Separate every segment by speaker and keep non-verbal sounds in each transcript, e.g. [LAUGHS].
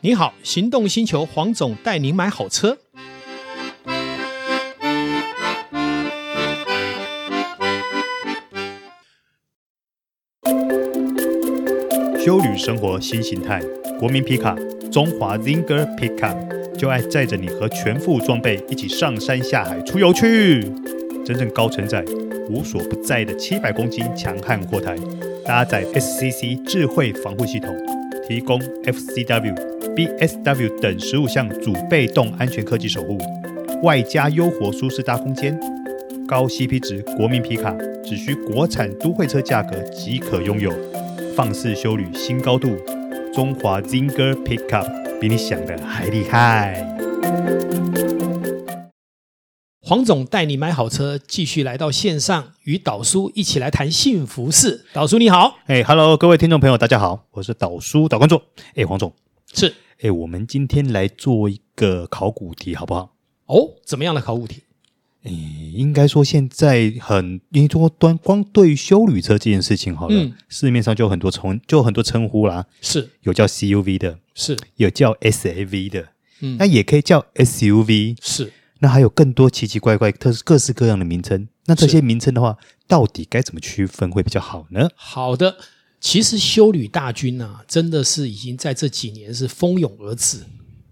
Speaker 1: 你好，行动星球黄总带您买好车。
Speaker 2: 修旅生活新形态，国民皮卡，中华 Zinger Pickup 就爱载着你和全副装备一起上山下海出游去。真正高承载、无所不在的七百公斤强悍货台，搭载 SCC 智慧防护系统，提供 FCW、BSW 等十五项主被动安全科技守护，外加优活舒适大空间。高 CP 值国民皮卡只需国产都会车价格即可拥有，放肆修旅新高度，中华 Zinger Pickup 比你想的还厉害。
Speaker 1: 黄总带你买好车，继续来到线上与导叔一起来谈幸福事。导叔你好，
Speaker 2: 哎、h e l l o 各位听众朋友，大家好，我是导叔导观众。哎、黄总，
Speaker 1: 是
Speaker 2: 哎、我们今天来做一个考古题，好不好？
Speaker 1: 哦，怎么样的考古题？
Speaker 2: 哎、应该说现在很，因为说端光对于修旅车这件事情，好了，
Speaker 1: 嗯
Speaker 2: 市面上就有很多称，就有很多称呼啦，
Speaker 1: 是
Speaker 2: 有叫 CUV 的，
Speaker 1: 是
Speaker 2: 有叫 SAV 的，
Speaker 1: 嗯
Speaker 2: 那也可以叫 SUV，
Speaker 1: 是，那
Speaker 2: 那还有更多奇奇怪怪、特各式各样的名称。那这些名称的话，到底该怎么区分会比较好呢？
Speaker 1: 好的。其实修旅大军啊，真的是已经在这几年是蜂拥而至。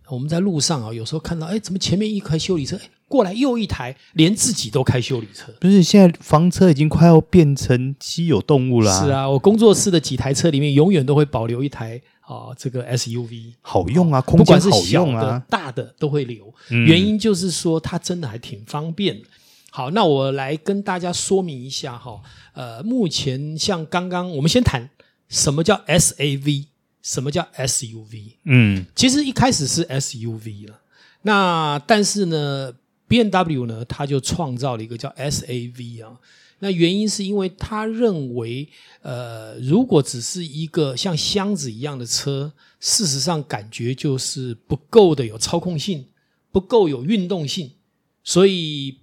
Speaker 1: 我们在路上啊，有时候看到，哎，怎么前面一台修理车，哎，过来又一台，连自己都开修理车。
Speaker 2: 不是现在房车已经快要变成稀有动物啦、
Speaker 1: 是，啊，我工作室的几台车里面，永远都会保留一台啊、这个 SUV，
Speaker 2: 好用啊，嗯空
Speaker 1: 不
Speaker 2: 间
Speaker 1: 管是
Speaker 2: 好
Speaker 1: 小
Speaker 2: 用
Speaker 1: 的、
Speaker 2: 啊。
Speaker 1: 大的都会留。原因就是说，它真的还挺方便的。好，那我来跟大家说明一下哈。呃，目前像刚刚我们先谈什么叫 SAV，什么叫 SUV。
Speaker 2: 嗯，
Speaker 1: 其实一开始是 SUV 了，那但是呢，B N W 呢，它就创造了一个叫 SAV 啊。那原因是因为他认为，呃，如果只是一个像箱子一样的车，事实上感觉就是不够的有操控性，不够有运动性，所以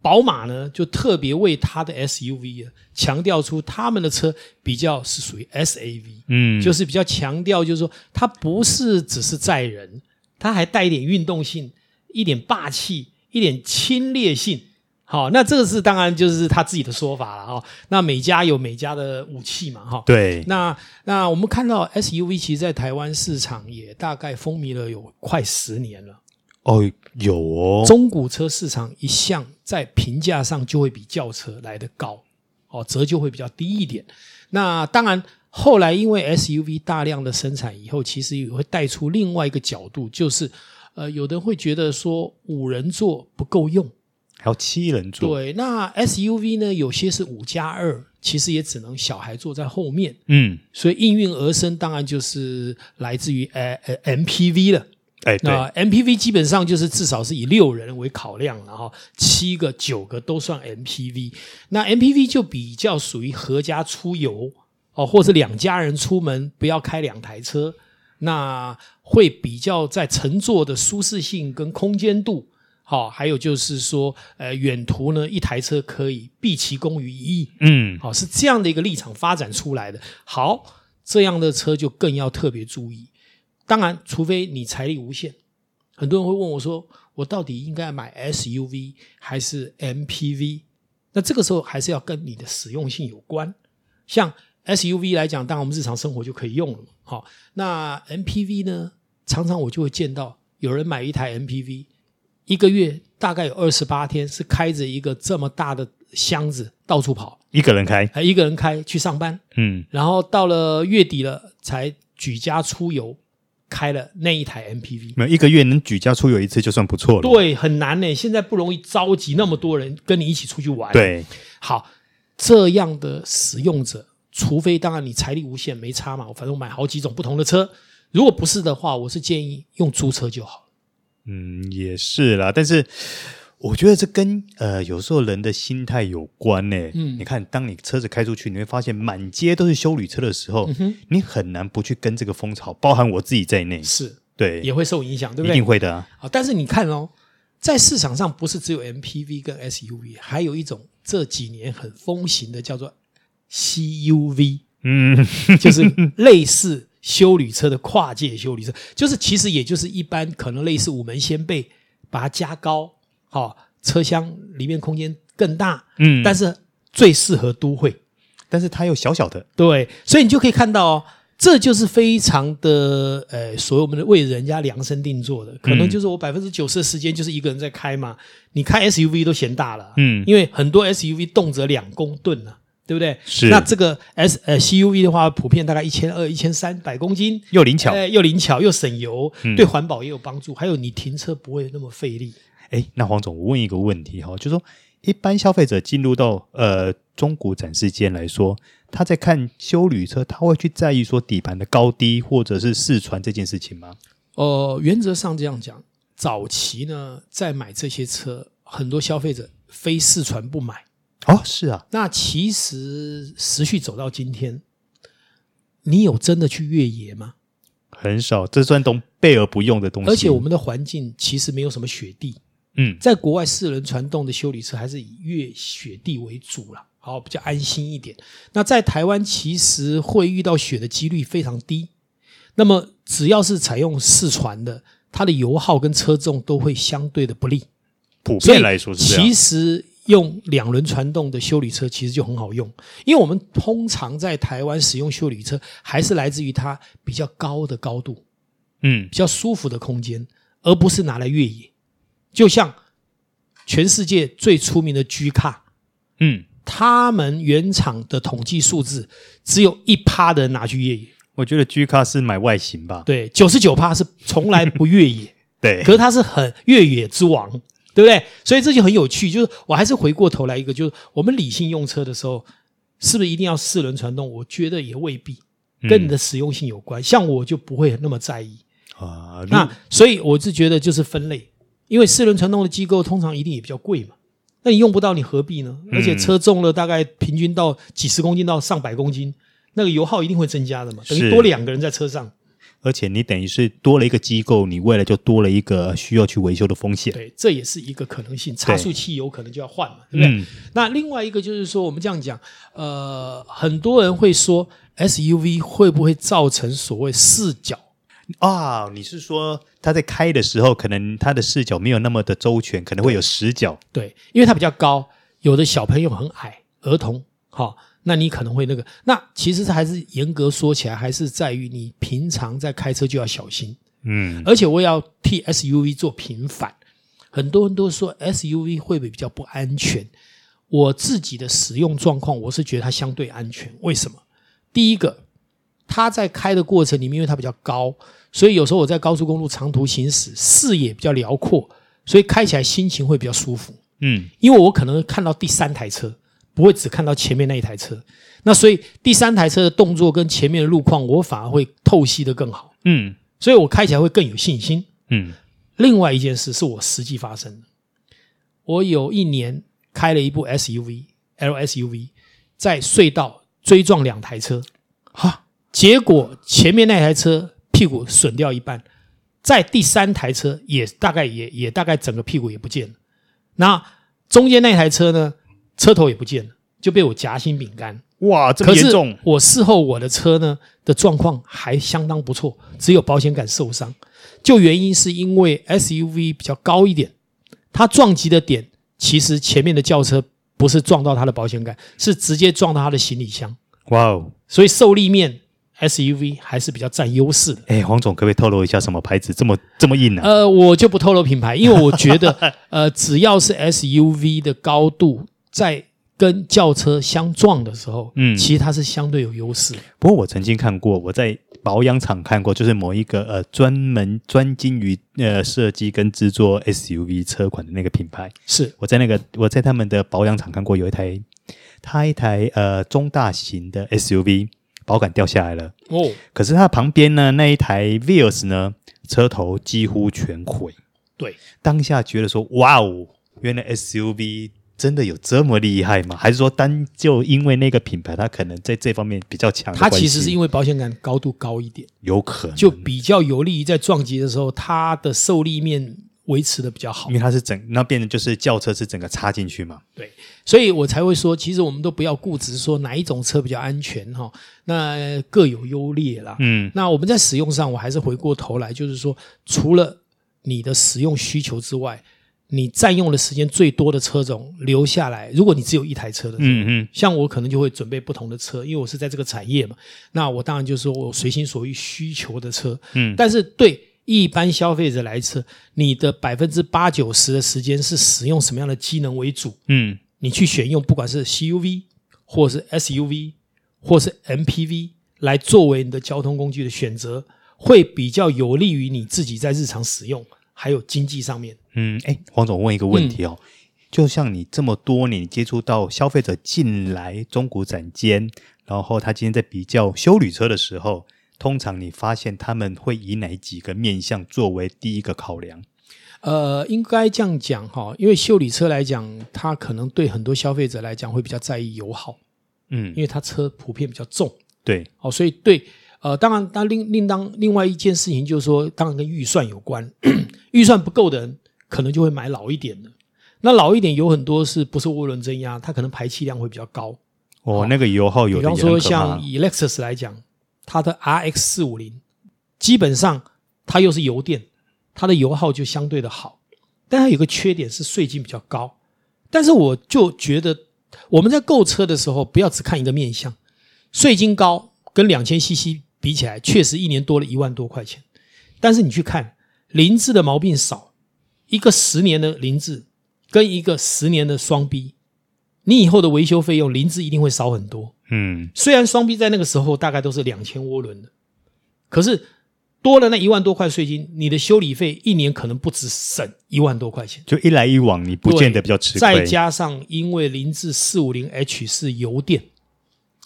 Speaker 1: 宝马呢就特别为它的 SUV 啊强调出他们的车比较是属于 SAV，
Speaker 2: 嗯，
Speaker 1: 就是是比较强调，就是说它不是只是载人，它还带一点运动性、一点霸气、一点侵略性。好，那这个是当然就是他自己的说法了哈、哦。那每家有每家的武器嘛哈、
Speaker 2: 对，
Speaker 1: 那那我们看到 SUV 其实在台湾市场也大概风靡了有快十年了。
Speaker 2: 哦，有哦，
Speaker 1: 中古车市场一向在评价上就会比轿车来得高，哦，折旧会比较低一点。那当然，后来因为 SUV 大量的生产以后，其实也会带出另外一个角度，就是呃，有的人会觉得说五人座不够用，
Speaker 2: 还有七人座，
Speaker 1: 对，那 SUV 呢，有些是五加二，其实也只能小孩坐在后面，
Speaker 2: 嗯，
Speaker 1: 所以应运而生，当然就是来自于呃呃 MPV 了。
Speaker 2: 哎、对，
Speaker 1: 那 MPV 基本上就是至少是以六人为考量了哈，然后七个、九个都算 MPV。那 MPV 就比较属于合家出游哦，或是两家人出门不要开两台车，那会比较在乘坐的舒适性跟空间度。好、还有就是说，呃，远途呢，一台车可以毕其功于一役，
Speaker 2: 嗯，
Speaker 1: 好、是这样的一个立场发展出来的。好，这样的车就更要特别注意。当然，除非你财力无限，很多人会问我说，我到底应该买 SUV 还是 MPV？那这个时候还是要跟你的实用性有关。像 SUV 来讲，当然我们日常生活就可以用了嘛。好、那 MPV 呢，常常我就会见到有人买一台 MPV，一个月大概有二十八天是开着一个这么大的箱子到处跑。
Speaker 2: 一个人开，
Speaker 1: 还一个人开去上班，
Speaker 2: 嗯，
Speaker 1: 然后到了月底了才举家出游，开了那一台 MPV。
Speaker 2: 没有一个月能举家出游一次就算不错了。
Speaker 1: 对，很难呢，现在不容易召集那么多人跟你一起出去玩。，
Speaker 2: 对，
Speaker 1: 好，这样的使用者，除非当然你财力无限没差嘛，我反正我买好几种不同的车。如果不是的话，我是建议用租车就好了。
Speaker 2: 嗯，也是啦，但是我觉得这跟呃有时候人的心态有关呢、
Speaker 1: 嗯
Speaker 2: 你看，当你车子开出去，你会发现满街都是修旅车的时
Speaker 1: 嗯
Speaker 2: 候，你很难不去跟这个风潮，包含我自己在内，
Speaker 1: 是，
Speaker 2: 对，
Speaker 1: 也会受影响，对不
Speaker 2: 一
Speaker 1: 对
Speaker 2: 定？会的、啊。
Speaker 1: 啊，但是你看哦，在市场上不是只有 MPV 跟 SUV，还有一种这几年很风行的叫做 CUV，
Speaker 2: 嗯，
Speaker 1: 就是类似修旅车的跨界修旅车，就是其实也就是一般可能类似五门掀背，把它加高，好、车厢里面空间更大，
Speaker 2: 嗯，
Speaker 1: 但是最适合都会。
Speaker 2: 但是它又小小的，
Speaker 1: 对，所以你就可以看到哦，这就是非常的呃，所谓我们的为人家量身定做的，可能就是我
Speaker 2: 嗯
Speaker 1: 百分之九十的时间就是一个人在开嘛，你开 SUV 都嫌大了，啊
Speaker 2: 嗯
Speaker 1: 因为很多 SUV 动辄两公吨啊，对不对？
Speaker 2: 是
Speaker 1: 那这个 S 呃 CUV 的话，普遍大概一千二、一千三百公斤。
Speaker 2: 又灵巧。嗯
Speaker 1: 呃，又灵巧又省油，对环保也有帮助。还有你停车不会那么费力。
Speaker 2: 哎，那黄总，我问一个问题哈，就说一般消费者进入到呃中古展示间来说，他在看修旅车，他会去在意说底盘的高低或者是试穿这件事情吗？
Speaker 1: 呃，原则上这样讲，早期呢，在买这些车，很多消费者非试传不买。
Speaker 2: 哦，是啊，
Speaker 1: 那其实持续走到今天，你有真的去越野吗？
Speaker 2: 很少，这算东备而不用的东西。
Speaker 1: 而且我们的环境其实没有什么雪地，
Speaker 2: 嗯
Speaker 1: 在国外四轮传动的修理车还是以越雪地为主啦，好比较安心一点。那在台湾其实会遇到雪的几率非常低，那么只要是采用四传的，它的油耗跟车重都会相对的不利。
Speaker 2: 普
Speaker 1: 所以
Speaker 2: 遍来说是这
Speaker 1: 其
Speaker 2: 样。
Speaker 1: 实用两轮传动的修理车其实就很好用，因为我们通常在台湾使用修理车，还是来自于它比较高的高度、
Speaker 2: 嗯
Speaker 1: 比较舒服的空间，而不是拿来越野。就像全世界最出名的 G 卡，
Speaker 2: 嗯，
Speaker 1: 他们原厂的统计数字只有一趴的人拿去越野，
Speaker 2: 我觉得 G 卡是买外形吧。
Speaker 1: 对，九十九趴是从来不越野。
Speaker 2: 对
Speaker 1: 可，是他是很越野之王，对不对？所以这就很有趣，就是我还是回过头来一个，就是我们理性用车的时候，是不是一定要四轮传动？我觉得也未必，跟你的实用性有关。像我就不会那么在意。
Speaker 2: 啊，如
Speaker 1: 那所以我是觉得就是分类，因为四轮传动的机构通常一定也比较贵嘛。那你用不到，你何必呢？而且车重了大概平均到几十公斤到上百公斤，那个油耗一定会增加的嘛，等
Speaker 2: 是
Speaker 1: 于多两个人在车上。
Speaker 2: 而且你等于是多了一个机构，你未来就多了一个需要去维修的风险。
Speaker 1: 对，这也是一个可能性。差速器有可能就要换嘛，对不对？
Speaker 2: 嗯，
Speaker 1: 那另外一个就是说，我们这样讲，呃，很多人会说 SUV 会不会造成所谓视角？
Speaker 2: 啊、你是说他在开的时候，可能他的视角没有那么的周全，可能会有死角。
Speaker 1: 对，因为它比较高，有的小朋友很矮，儿童，好、那你可能会那个。那其实还是严格说起来，还是在于你平常在开车就要小心。
Speaker 2: 嗯，
Speaker 1: 而且我也要替 SUV 做平反。很多人都说 SUV 会不会比较不安全？我自己的使用状况，我是觉得它相对安全。为什么？第一个，它在开的过程里面，因为它比较高，所以有时候我在高速公路长途行驶，视野比较辽阔，所以开起来心情会比较舒服。
Speaker 2: 嗯，
Speaker 1: 因为我可能看到第三台车，不会只看到前面那一台车。那所以第三台车的动作跟前面的路况，我反而会透析的更好，
Speaker 2: 嗯，
Speaker 1: 所以我开起来会更有信心。
Speaker 2: 嗯，
Speaker 1: 另外一件事是我实际发生的。我有一年开了一部 SUV L SUV，在隧道追撞两台车，
Speaker 2: 哈，
Speaker 1: 结果前面那台车屁股损掉一半，在第三台车也大概也也大概整个屁股也不见了。那中间那台车呢，车头也不见了，就被我夹心饼干。
Speaker 2: 哇，这么
Speaker 1: 可
Speaker 2: 严
Speaker 1: 是
Speaker 2: 重，
Speaker 1: 我事后我的车呢的状况还相当不错，只有保险杆受伤。就原因是因为 SUV 比较高一点，它撞击的点其实前面的轿车不是撞到它的保险杆，是直接撞到它的行李箱，
Speaker 2: 哇哦！
Speaker 1: 所以受力面 SUV 还是比较占优势的。
Speaker 2: 哎，黄总，可不可以透露一下什么牌子这么这么硬啊？
Speaker 1: 呃，我就不透露品牌，因为我觉
Speaker 2: [LAUGHS]
Speaker 1: 得呃，只要是 SUV 的高度在跟轿车相撞的时候，
Speaker 2: 嗯
Speaker 1: 其实它是相对有优势的。
Speaker 2: 不过我曾经看过，我在保养厂看过，就是某一个呃专门专精于呃设计跟制作 SUV 车款的那个品牌，
Speaker 1: 是
Speaker 2: 我在那个我在他们的保养厂看过有一台，它一台呃中大型的 SUV 保杆掉下来了，
Speaker 1: 哦，
Speaker 2: 可是它旁边呢那一台 Vios 呢车头几乎全毁，
Speaker 1: 对。
Speaker 2: 当下觉得说哇哦，原来 SUV 真的有这么厉害吗？还是说单就因为那个品牌它可能在这方面比较强的
Speaker 1: 它
Speaker 2: 关系？
Speaker 1: 其实是因
Speaker 2: 为
Speaker 1: 为保险杆高度高一点，
Speaker 2: 有可能
Speaker 1: 就比较有利于在撞击的时候，它的受力面维持的比较好
Speaker 2: 因。为它是整，那变成就是轿车是整个插进去嘛，
Speaker 1: 对，所以我才会说，其实我们都不要固执说哪一种车比较安全哈、那呃各有优劣啦。
Speaker 2: 嗯，
Speaker 1: 那我们在使用上，我还是回过头来，就是说，除了你的使用需求之外，你占用的时间最多的车种留下来，如果你只有一台车的时候
Speaker 2: 嗯嗯，
Speaker 1: 像我可能就会准备不同的车，因为我是在这个产业嘛，那我当然就是说我随心所欲需求的车，
Speaker 2: 嗯
Speaker 1: 但是对一般消费者来说，你的百分之八九十的时间是使用什么样的机能为主，
Speaker 2: 嗯，
Speaker 1: 你去选用不管是 CUV 或是 SUV 或是 MPV 来作为你的交通工具的选择，会比较有利于你自己在日常使用还有经济上面。
Speaker 2: 嗯，哎，黄总我问一个问题哦，就像你这么多年接触到消费者进来中古展间，然后他今天在比较修旅车的时候，通常你发现他们会以哪几个面向作为第一个考量？
Speaker 1: 呃，应该这样讲哈，因为修理车来讲，它可能对很多消费者来讲会比较在意油耗，
Speaker 2: 嗯
Speaker 1: 因，为它车普遍比较重，
Speaker 2: 对，
Speaker 1: 哦，所以对，呃，当然，当另另当另外一件事情就是说，当然跟预算有关， [COUGHS] 预算不够的人可能就会买老一点的。那老一点有很多是不是涡轮增压，它可能排气量会比较高。
Speaker 2: 哦，那个油耗有
Speaker 1: 比
Speaker 2: 的
Speaker 1: 方
Speaker 2: 也很
Speaker 1: 说
Speaker 2: 可怕
Speaker 1: 像以 Lexus 来讲，它的 RX 四五零，基本上它又是油电，它的油耗就相对的好，但它有个缺点是税金比较高。但是我就觉得我们在购车的时候，不要只看一个面相，税金高跟两千 CC 比起来，确实一年多了一万多块钱。但是你去看林志的毛病少，一个十年的林志跟一个十年的双 B，你以后的维修费用林志一定会少很多。
Speaker 2: 嗯
Speaker 1: 虽然双臂在那个时候大概都是两千涡轮的，可是多了那一万多块税金，你的修理费一年可能不止省一万多块钱，
Speaker 2: 就一来一往，你不见得比较吃亏。
Speaker 1: 再加上因为凌志四五零 H 是油电，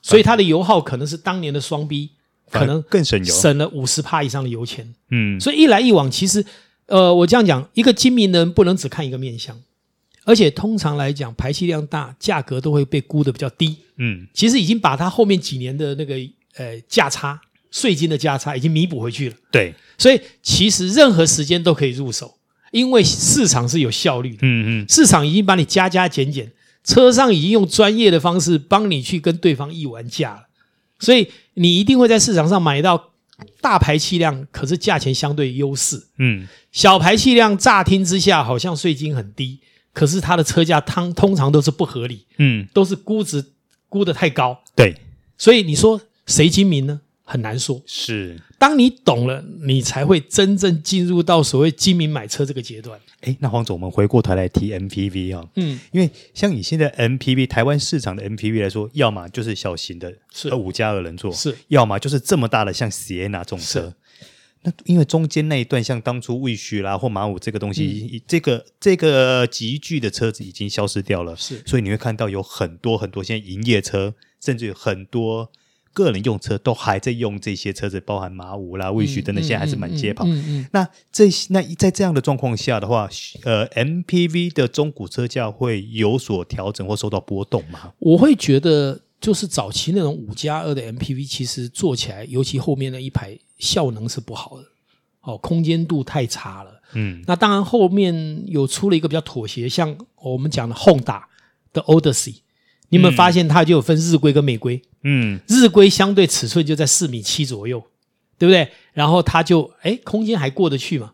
Speaker 1: 所以它的油耗可能是当年的双臂
Speaker 2: 嗯反
Speaker 1: 可
Speaker 2: 而
Speaker 1: 能
Speaker 2: 更省油
Speaker 1: 省了五十趴以上的油钱，
Speaker 2: 嗯，
Speaker 1: 所以一来一往，其实呃，我这样讲，一个精明的人不能只看一个面相，而且通常来讲，排气量大，价格都会被估的比较低。
Speaker 2: 嗯，
Speaker 1: 其实已经把它后面几年的那个呃价差、税金的价差已经弥补回去了。
Speaker 2: 对，
Speaker 1: 所以其实任何时间都可以入手，因为市场是有效率的，
Speaker 2: 嗯嗯，
Speaker 1: 市场已经把你加加减减，车商已经用专业的方式帮你去跟对方议完价了，所以你一定会在市场上买到大排气量，可是价钱相对优势。
Speaker 2: 嗯，
Speaker 1: 小排气量乍听之下好像税金很低，可是它的车价通通常都是不合理，
Speaker 2: 嗯，
Speaker 1: 都是估值估得太高。
Speaker 2: 对，
Speaker 1: 所以你说谁精明呢？很难说。
Speaker 2: 是。
Speaker 1: 当你懂了，你才会真正进入到所谓精明买车这个阶段。
Speaker 2: 哎，那黄总，我们回过头来提 MPV 哦，
Speaker 1: 嗯，
Speaker 2: 因为像你现在 MPV 台湾市场的 MPV 来说，要么就是小型的，
Speaker 1: 是
Speaker 2: 呃五加二人座，
Speaker 1: 是，
Speaker 2: 要么就是这么大的像 Sienna 这种车
Speaker 1: 是。
Speaker 2: 那因为中间那一段，像当初魏旭啦或马五这个东西，
Speaker 1: 嗯
Speaker 2: 已这个这个集聚的车子已经消失掉了，
Speaker 1: 是
Speaker 2: 所以你会看到有很多很多现在营业车，甚至有很多个人用车都还在用这些车子，包含马五啦、魏旭等等，现在还是满街跑。
Speaker 1: 嗯嗯，
Speaker 2: 那这些那在这样的状况下的话，呃，MPV 的中古车价会有所调整或受到波动吗？
Speaker 1: 我会觉得就是早期那种五加二的 MPV，其实做起来，尤其后面那一排效能是不好的，哦，空间度太差了。
Speaker 2: 嗯
Speaker 1: 那当然，后面有出了一个比较妥协，像我们讲的 Honda 的 Odyssey，你有没有发现它就有分日规跟美规？
Speaker 2: 嗯
Speaker 1: 日规相对尺寸就在四米七左右，对不对？然后它就哎，空间还过得去嘛。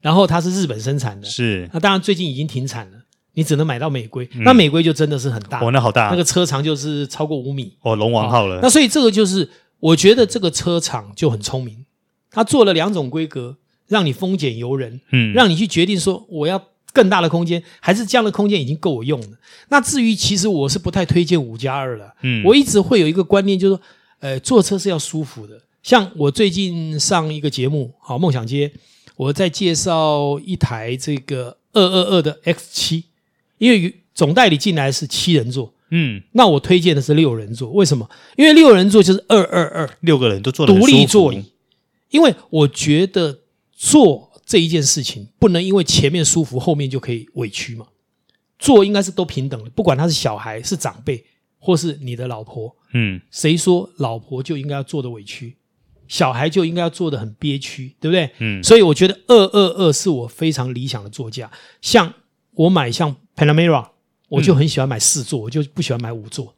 Speaker 1: 然后它是日本生产的，
Speaker 2: 是，
Speaker 1: 那当然最近已经停产了，你只能买到美规。那美规就真的是很大，
Speaker 2: 哦，那好嗯大，
Speaker 1: 那个车长就是超过五米。
Speaker 2: 哦，龙王号了，
Speaker 1: 那所以这个就是，我觉得这个车厂就很聪明，它做了两种规格，让你丰俭由人，
Speaker 2: 嗯，
Speaker 1: 让你去决定说我要更大的空间，还是这样的空间已经够我用了。那至于其实我是不太推荐五加二了，
Speaker 2: 嗯
Speaker 1: 我一直会有一个观念，就是说，呃，坐车是要舒服的。像我最近上一个节目，好梦想街，我在介绍一台这个二二二的 X 七，因为总代理进来是七人座，
Speaker 2: 嗯
Speaker 1: 那我推荐的是六人座，为什么？因为六人座就是二二二，
Speaker 2: 六个人都坐得很
Speaker 1: 独立
Speaker 2: 舒服
Speaker 1: 座椅，，因为我觉得坐这一件事情不能因为前面舒服，后面就可以委屈嘛。坐应该是都平等的，不管他是小孩、是长辈，或是你的老婆，
Speaker 2: 嗯
Speaker 1: 谁说老婆就应该要坐的委屈？小孩就应该要做的很憋屈，对不对？
Speaker 2: 嗯
Speaker 1: 所以我觉得二二二是我非常理想的座驾。像我买像 Panamera，我就很喜欢买四
Speaker 2: 嗯
Speaker 1: 座，我就不喜欢买五座。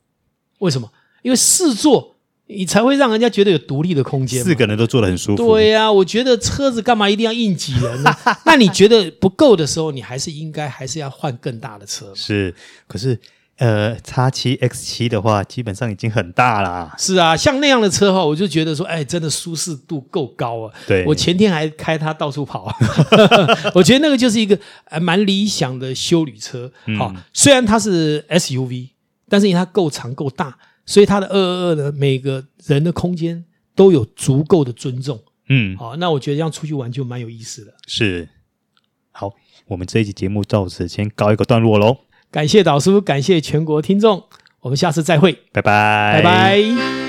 Speaker 1: 为什么？因为四座你才会让人家觉得有独立的空间嘛。
Speaker 2: 四个人都坐得很舒服。
Speaker 1: 对呀、我觉得车子干嘛一定要硬挤人呢？ [LAUGHS] 那你觉得不够的时候，你还是应该还是要换更大的车嘛。
Speaker 2: 是，可是呃，叉七 X 七的话，基本上已经很大啦。
Speaker 1: 是啊，像那样的车哈，我就觉得说，哎，真的舒适度够高啊。
Speaker 2: 对
Speaker 1: 我前天还开它到处跑， [LAUGHS] 我觉得那个就是一个呃蛮理想的休旅车。好、虽然它是 SUV，但是因为它够长够大，所以它的二二二呢，每个人的空间都有足够的尊重。
Speaker 2: 嗯，
Speaker 1: 好、那我觉得这样出去玩就蛮有意思的。
Speaker 2: 是。好，我们这一期节目到此先告一个段落喽，
Speaker 1: 感谢导叔，感谢全国听众，我们下次再会，
Speaker 2: 拜拜，
Speaker 1: 拜拜